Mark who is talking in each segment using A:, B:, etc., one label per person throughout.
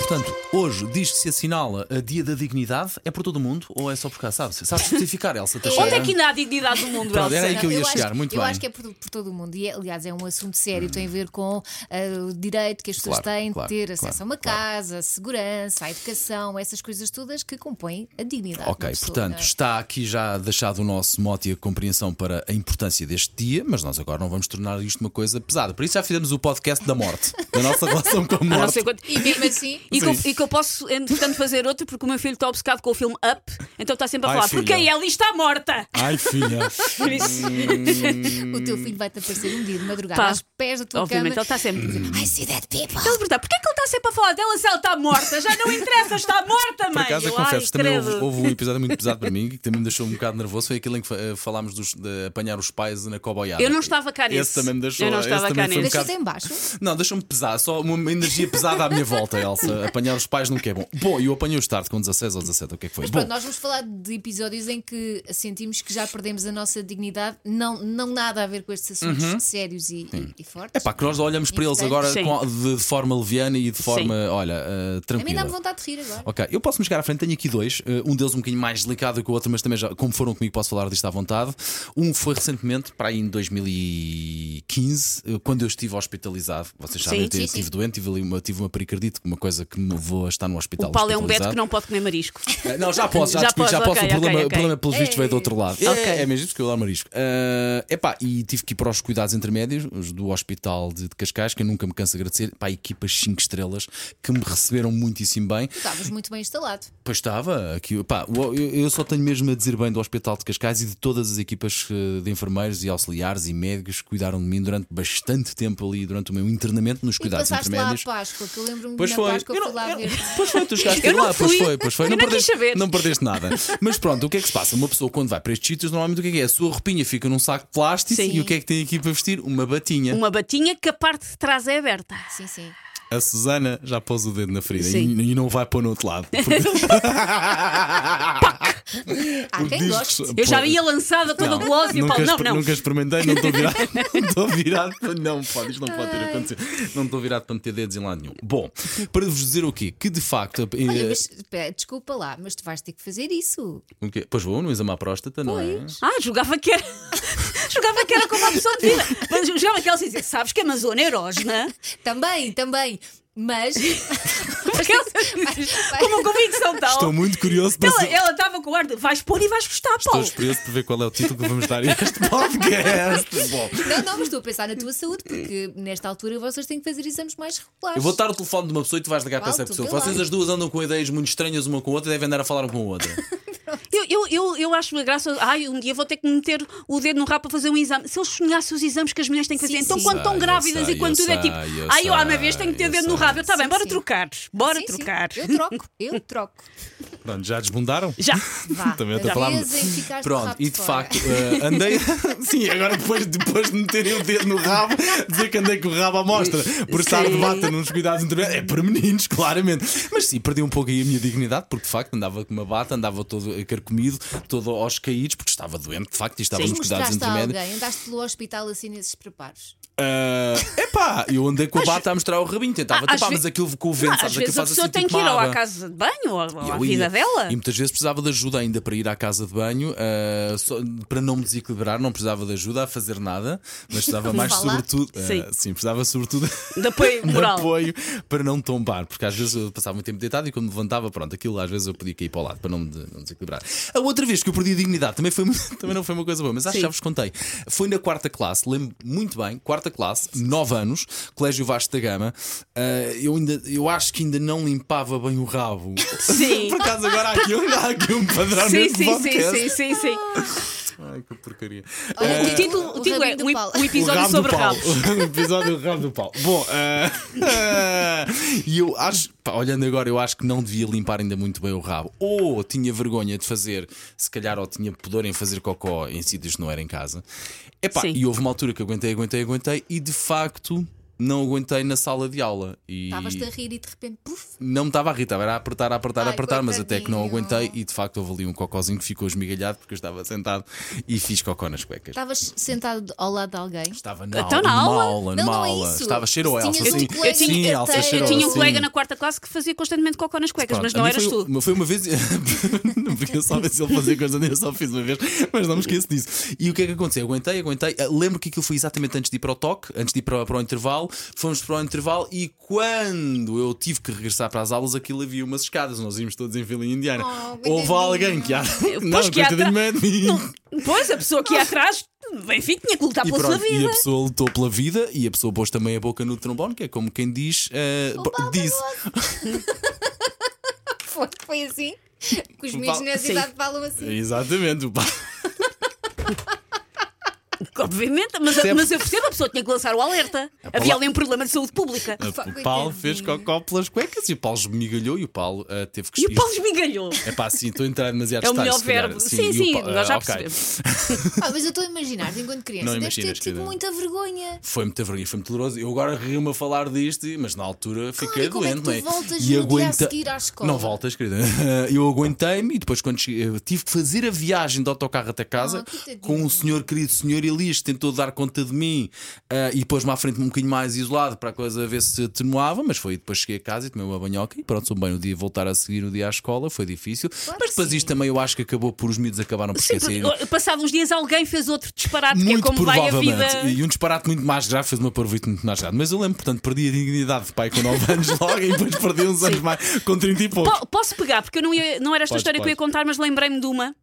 A: Portanto, hoje diz que se assinala a Dia da Dignidade, é por todo o mundo ou é só por cá? Sabes, sabes especificar, Elsa Teixeira?
B: Onde é que ainda há dignidade do mundo,
A: Pronto,
B: Elsa?
A: era aí É que eu ia
C: acho-
A: chegar, muito
C: eu
A: bem.
C: acho que é por, por todo o mundo. E, é- aliás, é um assunto sério, tem a ver com ah, o direito que as pessoas
A: Claro,
C: têm de
A: claro,
C: ter
A: claro,
C: acesso a uma
A: claro.
C: casa, a segurança, a educação, essas coisas todas que compõem a dignidade.
A: Ok,
C: da pessoa,
A: portanto,
C: não é?
A: está aqui já deixado o nosso mote e a compreensão para a importância deste dia, mas nós agora não vamos tornar isto uma coisa pesada. Por isso já fizemos o podcast da morte, da nossa relação com a
B: Não
A: morte.
B: sei quanto.
C: E mesmo assim,
B: E que, eu,
A: Sim.
B: e que eu posso, entretanto, fazer outro porque o meu filho está obcecado com o filme Up, então está sempre a
A: Ai,
B: falar,
A: filho.
B: porque a Ellie está morta!
A: Ai, filha.
B: Por isso,
A: Hum.
C: é? o teu filho vai-te aparecer um dia de madrugada
B: Pá,
C: aos pés da tua
B: obviamente, ele
C: cama.
B: está sempre a
A: Hum.
B: dizer.
A: tá-
C: I see that people.
A: um
B: Ele pergunta, porquê é que ele está sempre a falar dela se ela está morta? Já não interessa, está morta, mãe!
A: Por acaso, eu
B: Eu,
A: confesso,
B: ai,
A: também houve,
B: credo.
A: houve um episódio muito pesado para mim que também me deixou um bocado nervoso. Foi aquele em que fa- eh, falámos dos- de apanhar os pais na coboiada.
B: Eu não estava cá nesse.
A: Esse também me deixou.
B: Eu não
A: esse
B: estava
A: também
B: cá
A: foi um
B: nesse.
A: bocado-
C: Deixa-te em baixo.
A: Não, deixa-me pesar, só uma energia pesada à minha volta, Elsa. Apanhar os pais nunca é bom. Bom, eu apanhei-os tarde, com 16 ou 17, o que é que foi?
C: Mas
A: bom,
C: pronto, nós vamos falar de episódios em que sentimos que já perdemos a nossa dignidade, não, não nada a ver com estes assuntos
A: Uhum.
C: sérios e, e- e fortes.
A: é pá, que nós olhamos para eles
C: Importante.
A: agora
B: Sim.
A: com- de, de forma leviana e de forma, olha, eh,
C: a mim dá-me
A: tranquila.
C: vontade de rir agora.
A: Ok, eu posso-me chegar à frente, tenho aqui dois, eh, um deles um bocadinho mais delicado que o outro, mas também já, como foram comigo, posso falar disto à vontade. Um foi recentemente, para aí em 2015, eh, quando eu estive hospitalizado. Vocês sabem,
B: Sim,
A: eu te-
C: sim,
A: estive
C: sim.
A: doente, tive, ali uma, tive uma pericardite, uma coisa que me levou a estar no hospital.
B: O Paulo é um beto que
A: hospitalizado.
B: não pode comer marisco.
A: Eh, Não, já posso, já,
B: Já
A: descobri, já
B: posso,
A: posso.
B: ok,
A: o problema,
B: ok, ok.
A: o problema pelos vistos, veio do outro lado. É,
B: Ok.
A: é mesmo isso que eu lá marisco. Eh, epá, e tive que ir para os cuidados intermédios os do Hospital de de Cascais, que eu nunca me canso de agradecer, pá, equipas 5 estrelas que me receberam muitíssimo bem.
C: Estavas muito bem instalado.
A: Pois estava, aqui, pá, o- eu eu só tenho mesmo a dizer bem do Hospital de Cascais e de todas as equipas eh, de enfermeiros e auxiliares e médicos que cuidaram de mim durante bastante tempo ali, durante o meu internamento nos cuidados
C: e passaste lá
A: intermédios.
C: à Páscoa, que eu lembro-me
A: Pois
C: na
A: foi.
C: Páscoa
A: Eu
C: fui
A: não-
C: lá
A: eu-
C: ver.
A: Pois foi, tu chegaste
B: Eu não
A: lá, pois
B: fui.
A: foi, pois foi.
B: Eu não quis
A: perdeste,
B: saber.
A: não perdeste nada. Mas pronto, o que é que se passa? Uma pessoa quando vai para estes sítios, normalmente o que é que é? A sua roupinha fica num saco de plástico
B: Sim. Um-
A: e o que é que tem aqui para vestir? Uma batinha.
B: Uma batinha que a parte de trás é aberta.
C: Sim, sim.
A: A Susana já pôs o dedo na ferida e,
B: Sim.
A: e não vai pôr no outro lado. Porque...
C: Há quem
A: Diz que
C: goste.
A: se-
B: Ah, Eu já
A: pô-
B: ia lançada toda gulosa e o
A: nunca,
B: Paulo, não,
A: exper-
B: não.
A: nunca experimentei, não estou virado, não estou virado para. Não pode, isto não pode ter acontecido. Não estou virado para meter dedos em lado nenhum. Bom, para vos dizer o quê? Que de facto. eh,
C: Olha, mas, espera, desculpa lá, mas tu vais ter que fazer isso.
A: o quê? Pois vou, no exame à próstata, não é?
B: Ah, julgava que era. julgava que era como uma pessoa de vida. Mas Julgava que ela se dizia, sabes que a Amazônia é erógena?
C: Também, também. Mas.
B: Aquela- com uma convicção tal.
A: Estou muito curioso para
B: Ela
A: saber.
B: ela estava com o ar de vais pôr e vais gostar,
A: Estou
B: Paulo.
A: curioso por ver qual é o título que vamos dar a este podcast. Bom,
C: Não, não, mas estou a pensar na tua saúde, porque nesta altura vocês têm que fazer exames mais regulares.
A: eu vou dar o telefone de uma pessoa e tu vais ligar para essa
C: Alto,
A: pessoa.
C: vê lá.
A: Vocês as duas andam com ideias muito estranhas uma com a outra e devem andar a falar uma com a outra.
B: Eu, eu, eu, eu acho uma graça. Ai, um dia vou ter que meter o dedo no rabo para fazer um exame. Se eles sonhassem os exames que as mulheres têm que fazer,
C: Sim,
B: então
C: sim.
B: quando estão
A: Sei, eu
B: grávidas
A: sei,
B: e quando
A: eu
B: tudo é
A: sei,
B: tipo,
A: eu
B: ai, eu há
A: sei,
B: uma vez tenho que ter
A: eu
B: o dedo no
A: sei.
B: rabo. Eu está bem,
C: Sim,
B: bora
C: sim.
B: trocar. Bora
C: Sim, sim.
B: trocar.
C: Eu troco, eu troco.
A: Pronto, já desbundaram?
B: Já.
C: Vá,
A: Também outra
C: outra
A: palavra.
C: vez em ficar de
A: Pronto,
C: rabo
A: e de
C: fora.
A: facto eh, andei. Sim, agora depois, depois de meterem o dedo no rabo, dizer que andei com o rabo à mostra por estar de
B: Sim.
A: bata nos cuidados intermédios. É para meninos, claramente. Mas sim, perdi um pouco aí a minha dignidade, porque de facto andava com uma bata, andava todo carcomido, todo aos caídos, porque estava doente, de facto, e estava
C: Mas
A: nos cuidados
C: mostraste a
A: intermédios.
C: alguém, andaste pelo hospital assim nesses preparos.
A: Ah, epá, eu andei com a bata a mostrar o rabinho, tentava
B: Ah, às
A: tapar,
B: ve-
A: mas aquilo com o
B: Não,
A: vento,
B: às
A: sabes, aquilo
B: vezes a
A: faz
B: pessoa
A: assim
B: tem
A: tipo
B: que ir
A: uma
B: ou à
A: aba.
B: casa de banho ou à à
A: Eu
B: vida
A: ia.
B: dela.
A: E muitas vezes precisava de ajuda ainda para ir à casa de banho, ah, só- para não me desequilibrar, não precisava de ajuda a fazer nada, mas precisava mais
C: Falar?
A: sobretudo. ah,
B: Sim.
A: sim, precisava sobretudo
B: De apoio
A: de
B: moral.
A: apoio para não tombar, porque às vezes eu passava muito tempo deitado e quando me levantava, pronto, aquilo às vezes eu podia cair para o lado para não me de- não desequilibrar. A outra vez que eu perdi a dignidade também, foi, muito- também não foi uma coisa boa, mas acho que
B: Sim.
A: já vos contei. Foi na quarta classe, lembro muito bem, quarta classe, 9 anos, Colégio Vasco da Gama. ah, eu, ainda, eu acho que ainda não limpava bem o rabo.
B: Sim.
A: Por acaso agora há aqui um, há aqui um padrão
B: Sim,
A: neste
B: sim, sim,
A: podcast.
B: sim, sim, sim.
A: Ai, que porcaria.
C: Olha,
B: O título,
C: Ah, o
B: o título é
C: rabinho do
B: um ep-
C: Paulo.
B: um episódio sobre
A: do Paulo.
B: rabos.
A: O episódio do rabo do Paulo. Bom, eh, eh, e eu acho, pá, olhando agora, eu acho que não devia limpar ainda muito bem o rabo. Ou tinha vergonha de fazer, se calhar, ou tinha pudor em fazer cocó em sítios que não era em casa. Epá,
B: Sim.
A: e houve uma altura que aguentei, aguentei, aguentei, e de facto. não aguentei na sala de aula. E
C: Estavas-te a rir e de repente, puf,
A: não me estava a irritar, era a apertar, a apertar, a
C: Ai,
A: apertar, mas até que não
C: coitadinho.
A: aguentei e de facto houve ali um cocózinho que ficou esmigalhado porque eu estava sentado e fiz cocó nas cuecas.
C: estavas sentado ao lado de alguém.
A: Estava na
B: Então, na
A: numa
B: aula?
A: aula,
C: Não,
A: numa
C: não é
A: aula.
C: isso.
A: Estava cheiro a
C: Tinhas
A: Elsa,
C: um
A: sim.
C: colega
A: sim,
C: que
A: Elsa,
C: tem-
A: cheiro
B: Eu
A: a
B: tinha um
A: Elsa,
B: colega
A: sim.
B: na quarta classe que fazia constantemente cocó nas cuecas,
A: Pronto,
B: mas
A: a
B: não
A: mim
B: eras
A: foi,
B: tu.
A: Mas foi uma vez, porque eu só vi se ele fazia coisa dele, eu só fiz uma vez, mas não me esqueço disso. E o que é que aconteceu? Aguentei, aguentei. Ah, Lembro que aquilo foi exatamente antes de ir para o toque, antes de ir para, para o intervalo. Fomos para o intervalo e quando eu tive que regressar para as aulas, aquilo havia umas escadas, nós íamos todos em fila indiana.
C: Oh,
A: Houve
C: coitadinho.
A: alguém que há. Não,
B: que há
A: coitadinho, é de mim.
B: Pois, a pessoa que ia atrás, enfim, tinha que lutar
A: Ah. E,
B: pela sua
A: pronto, e a
B: vida.
A: pessoa lutou pela vida e a pessoa pôs também a boca no trombone, que é como quem diz. ah,
C: Opa,
A: disse.
C: Foi, foi assim. Que os
A: Val-
C: miúdos nessa
B: Sim.
C: idade falam assim.
A: Exatamente, pá.
B: Obviamente, mas,
A: Percebe?
B: mas eu percebo, a pessoa tinha que lançar o alerta. Havia ali um problema de saúde pública.
C: Pá,
A: O Paulo
C: coitadinho.
A: fez cocó pelas cuecas e o Paulo esmigalhou e o Paulo ah, teve que
B: E o
A: espir-
B: Paulo esmigalhou.
A: É pá, sim, estou a entrar demasiado
B: É o
A: tarde,
B: melhor
A: se calhar.
B: verbo. Sim,
A: e
B: sim,
A: o Pa-
B: nós já
A: ah, ok.
B: percebemos.
C: Pá, Ah, mas eu estou a imaginar, enquanto criança,
A: Não
C: deves ter
A: imaginas,
C: tido
A: querida.
C: muita vergonha.
A: Foi muito vergonha, foi muito doloroso. Eu agora rio-me a falar disto, e- mas na altura fiquei
C: e como é que
A: doente,
C: tu
A: não é?
C: voltas
A: e
C: no dia a
A: aguenta-
C: seguir à escola?
A: Não voltas, querida. Eu aguentei-me e depois, quando cheguei, eu tive que fazer a viagem de autocarro até casa
C: Ah, coitadinho.
A: com um senhor querido, senhor Elias, que tentou dar conta de mim ah, e pôs-me à frente um bocadinho mais isolado para a coisa ver se atenuava. Mas foi depois cheguei a casa e tomei uma banhoca e pronto, sou bem. O dia voltar a seguir, o dia à escola foi difícil.
C: Claro
A: mas
C: que
A: depois
C: sim.
A: isto também eu acho que acabou por os miúdos acabaram por
B: Sim,
A: esquecer.
B: porque, passado uns dias alguém fez outro disparate, que é
A: Muito
B: como vai a
A: provavelmente.
B: vida.
A: E um disparate muito mais grave fez uma parvoíte muito mais grave. Mas eu lembro, portanto, perdi a dignidade de pai com 9 anos logo e depois perdi uns anos mais com 30 e poucos.
B: Po- posso pegar, porque eu não, ia- não era esta
A: Podes,
B: história que eu ia contar, mas lembrei-me de uma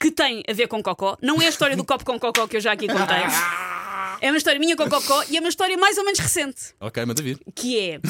B: que tem a ver com Cocó. Não é a história do copo com Cocó que eu já aqui contei. É uma história minha com Cocó e é uma história mais ou menos recente,
A: Ok, manda vir.
B: que é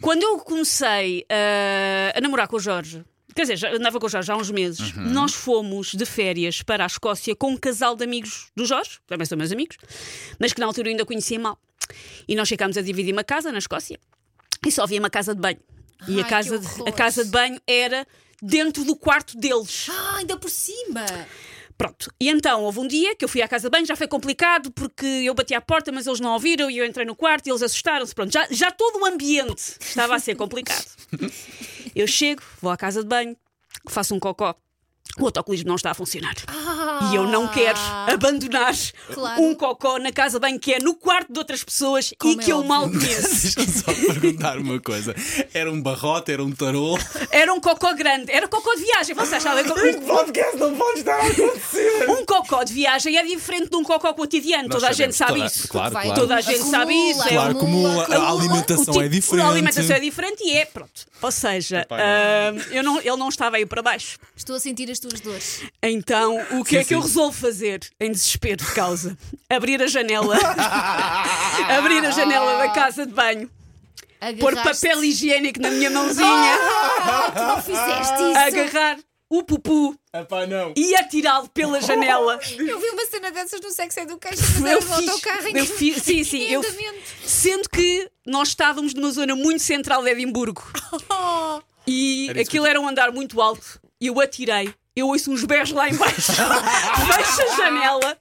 B: quando eu comecei ah, a namorar com o Jorge. Quer dizer, já andava com o Jorge há uns meses.
C: Uhum.
B: Nós fomos de férias para a Escócia com um casal de amigos do Jorge, também são meus amigos, mas que na altura eu ainda conhecia mal. E nós ficámos a dividir uma casa na Escócia e só havia uma casa de banho. E
C: Ai,
B: a
C: que
B: casa, de,
C: horror.
B: a casa de banho era dentro do quarto deles.
C: Ah, ainda por cima!
B: Pronto. E então houve um dia que eu fui à casa de banho, já foi complicado porque eu bati à porta, mas eles não ouviram e eu entrei no quarto e eles assustaram-se. Pronto, já, já todo o ambiente estava a ser complicado. Eu chego, vou à casa de banho, faço um cocó. O autocolismo não está a funcionar.
C: Ah,
B: E eu não quero abandonar
C: Claro.
B: um cocó na casa de banho que é no quarto de outras pessoas
C: Como
B: e que
C: é
B: eu
C: óbvio.
B: mal conheço.
A: Deixa-me só perguntar uma coisa. Era um barrote, era um tarô.
B: Era um cocó grande, era cocó de viagem. Você achava que um,
A: podcast não pode estar a acontecer.
B: um cocó de viagem é diferente de um cocó cotidiano. Toda a gente sabe isso.
A: Claro,
C: Vai,
A: claro.
B: Toda a gente
C: acumula,
B: sabe isso, é
A: Claro, como
C: acumula,
A: a- a,
C: acumula.
A: alimentação
B: O
A: é
B: tipo-
A: diferente.
B: A alimentação é diferente e é, pronto. Ou seja,
A: Epá,
B: ah, eu não, ele não estava aí para baixo.
C: Estou a sentir as tuas dores.
B: Então, o que
A: Sim,
B: é que eu
A: sim.
B: resolvo fazer em desespero de causa? Abrir a janela. Abrir a janela da casa de banho. Pôr
C: Agarraste-
B: papel higiênico na minha mãozinha.
C: Tu não fizeste isso!
B: Agarrar o pupu
A: Epá, não.
B: e atirá-lo
A: Oh,
B: pela janela.
C: Eu vi uma cena dessas no Sex Education, mas
B: Eu
C: era no
B: fiz-
C: autocarro em
B: eu fiz- sim, sim,
C: em
B: eu-
C: andamento.
B: Sendo que nós estávamos numa zona muito central de Edimburgo
C: Oh,
B: e
A: Era isso que
B: aquilo era um andar muito alto. Eu atirei, eu ouço uns berros lá embaixo, fecho a janela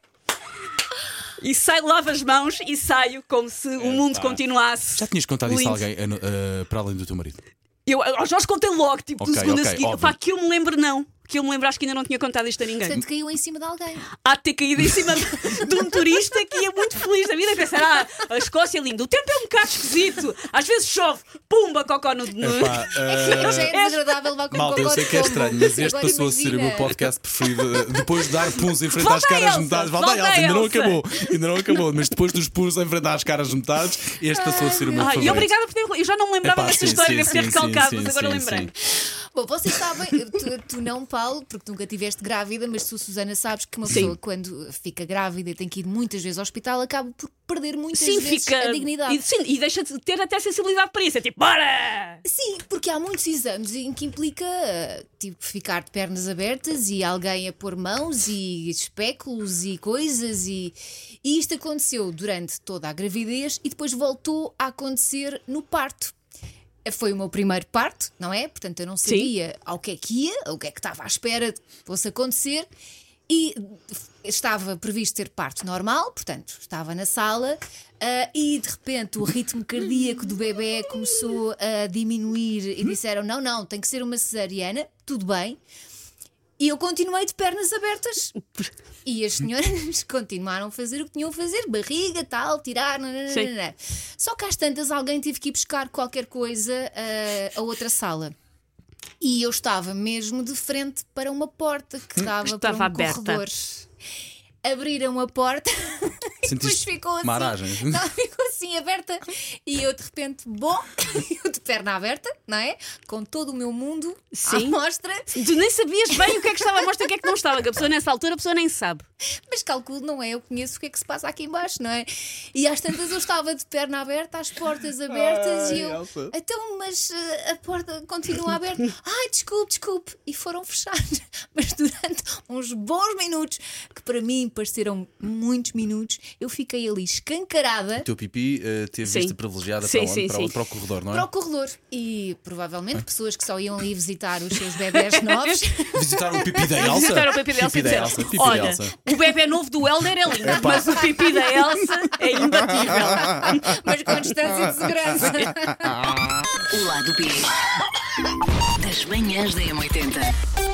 B: e saio, lavo as mãos e saio como se o mundo continuasse.
A: Já tinhas contado isso a
B: Lindo.
A: alguém eh, no- eh, para além do teu marido?
B: Eu aos Jorge contei logo, tipo,
A: Ok,
B: do segundo
A: ok,
B: a seguir.
A: óbvio.
B: Pá, que eu me lembro, não. Que eu me lembro, acho que ainda não tinha contado isto a ninguém.
C: portanto, caiu em cima de alguém.
A: Ah,
B: há de ter caído em cima de de um turista que ia muito feliz da vida e pensar: ah, a Escócia é linda, o tempo é um bocado esquisito, às vezes chove, pumba, cocó no. no...
A: Epá, eh,
C: Já é desagradável levar com
A: Malta, eu
C: cocó
A: sei
C: de
A: que é
C: pombo.
A: estranho, mas este
C: Agora
A: passou a ser o meu
C: imagina.
A: podcast preferido. eh, Depois de dar puns em frente
B: Volta
A: às
B: a
A: caras
B: Elsa,
A: metades. Volta a
B: volta a
A: Elsa, ainda não
B: Elsa.
A: acabou. Ainda não acabou, mas depois dos puns em frente às caras metades, este passou a ser o meu
B: Ah, e
A: favorito.
B: obrigada por ter. Eu já não me lembrava
A: Epá,
B: dessa
A: sim,
B: história,
A: sim,
B: deve ter
A: sim,
B: recalcado,
A: sim,
B: mas agora
A: sim,
B: lembrei.
C: Bom, vocês sabem, tu, tu não, Paulo, porque nunca estiveste grávida, mas tu, Susana, sabes que uma pessoa quando fica grávida e tem que ir muitas vezes ao hospital acaba por perder muitas
B: Sim,
C: vezes
B: fica.
C: a dignidade.
B: E, sim, e deixa de ter até sensibilidade para isso. É tipo, bora!
C: Sim, porque há muitos exames em que implica eh, tipo ficar de pernas abertas e alguém a pôr mãos e espéculos e coisas e, e isto aconteceu durante toda a gravidez e depois voltou a acontecer no parto. Eh, Foi o meu primeiro parto, não é? Portanto, eu não sabia ao que é que ia, ao que é que estava à espera que fosse acontecer e estava previsto ter parto normal, portanto, estava na sala ah, e de repente o ritmo cardíaco do bebê começou a diminuir e disseram: não, não, tem que ser uma cesariana, tudo bem. E eu continuei de pernas abertas. E as senhoras continuaram a fazer o que tinham a fazer: barriga, tal, tirar. nananana. Só que às tantas alguém teve que ir buscar qualquer coisa ah, a outra sala. E eu estava mesmo de frente para uma porta que dava
B: Hum, Estava
C: para um
B: aberta.
C: corredor. Abriram a porta e depois
A: Sentiste
C: ficou assim.
A: maragem?
C: Não, ficou assim aberta e eu de repente, bom, eu de perna aberta, não é? Com todo o meu mundo
B: Sim.
C: à mostra,
B: Tu nem sabias bem o que é que estava à mostra e o que é que não estava. Que a pessoa nessa altura a pessoa nem sabe.
C: mas calculo, não é? Eu conheço o que é que se passa aqui embaixo, não é? E às tantas eu estava de perna aberta, as portas abertas
A: Ai,
C: e eu.
A: Elsa.
C: Então, mas eh, a porta continua aberta. Ai, desculpe, desculpe. E foram fechar. Mas durante uns bons minutos, que para mim pareceram muitos minutos, eu fiquei ali escancarada.
A: O teu pipi eh, teve
B: Sim.
A: vista privilegiada
B: Sim,
A: para, onde?
B: sim,
A: para,
B: sim.
A: o- para o corredor, não é?
C: para o corredor. E provavelmente pessoas que só iam ali visitar os seus bebés novos.
A: Visitar o pipi da É Elsa.
B: Visitaram o pipi da Elsa e disseram:
A: pipi da
B: Olha,
A: Elsa.
B: o bebê novo do Helder é lindo, mas o pipi da Elsa é imbatível.
C: mas com distância de segurança.
D: O lado B das manhãs da M80.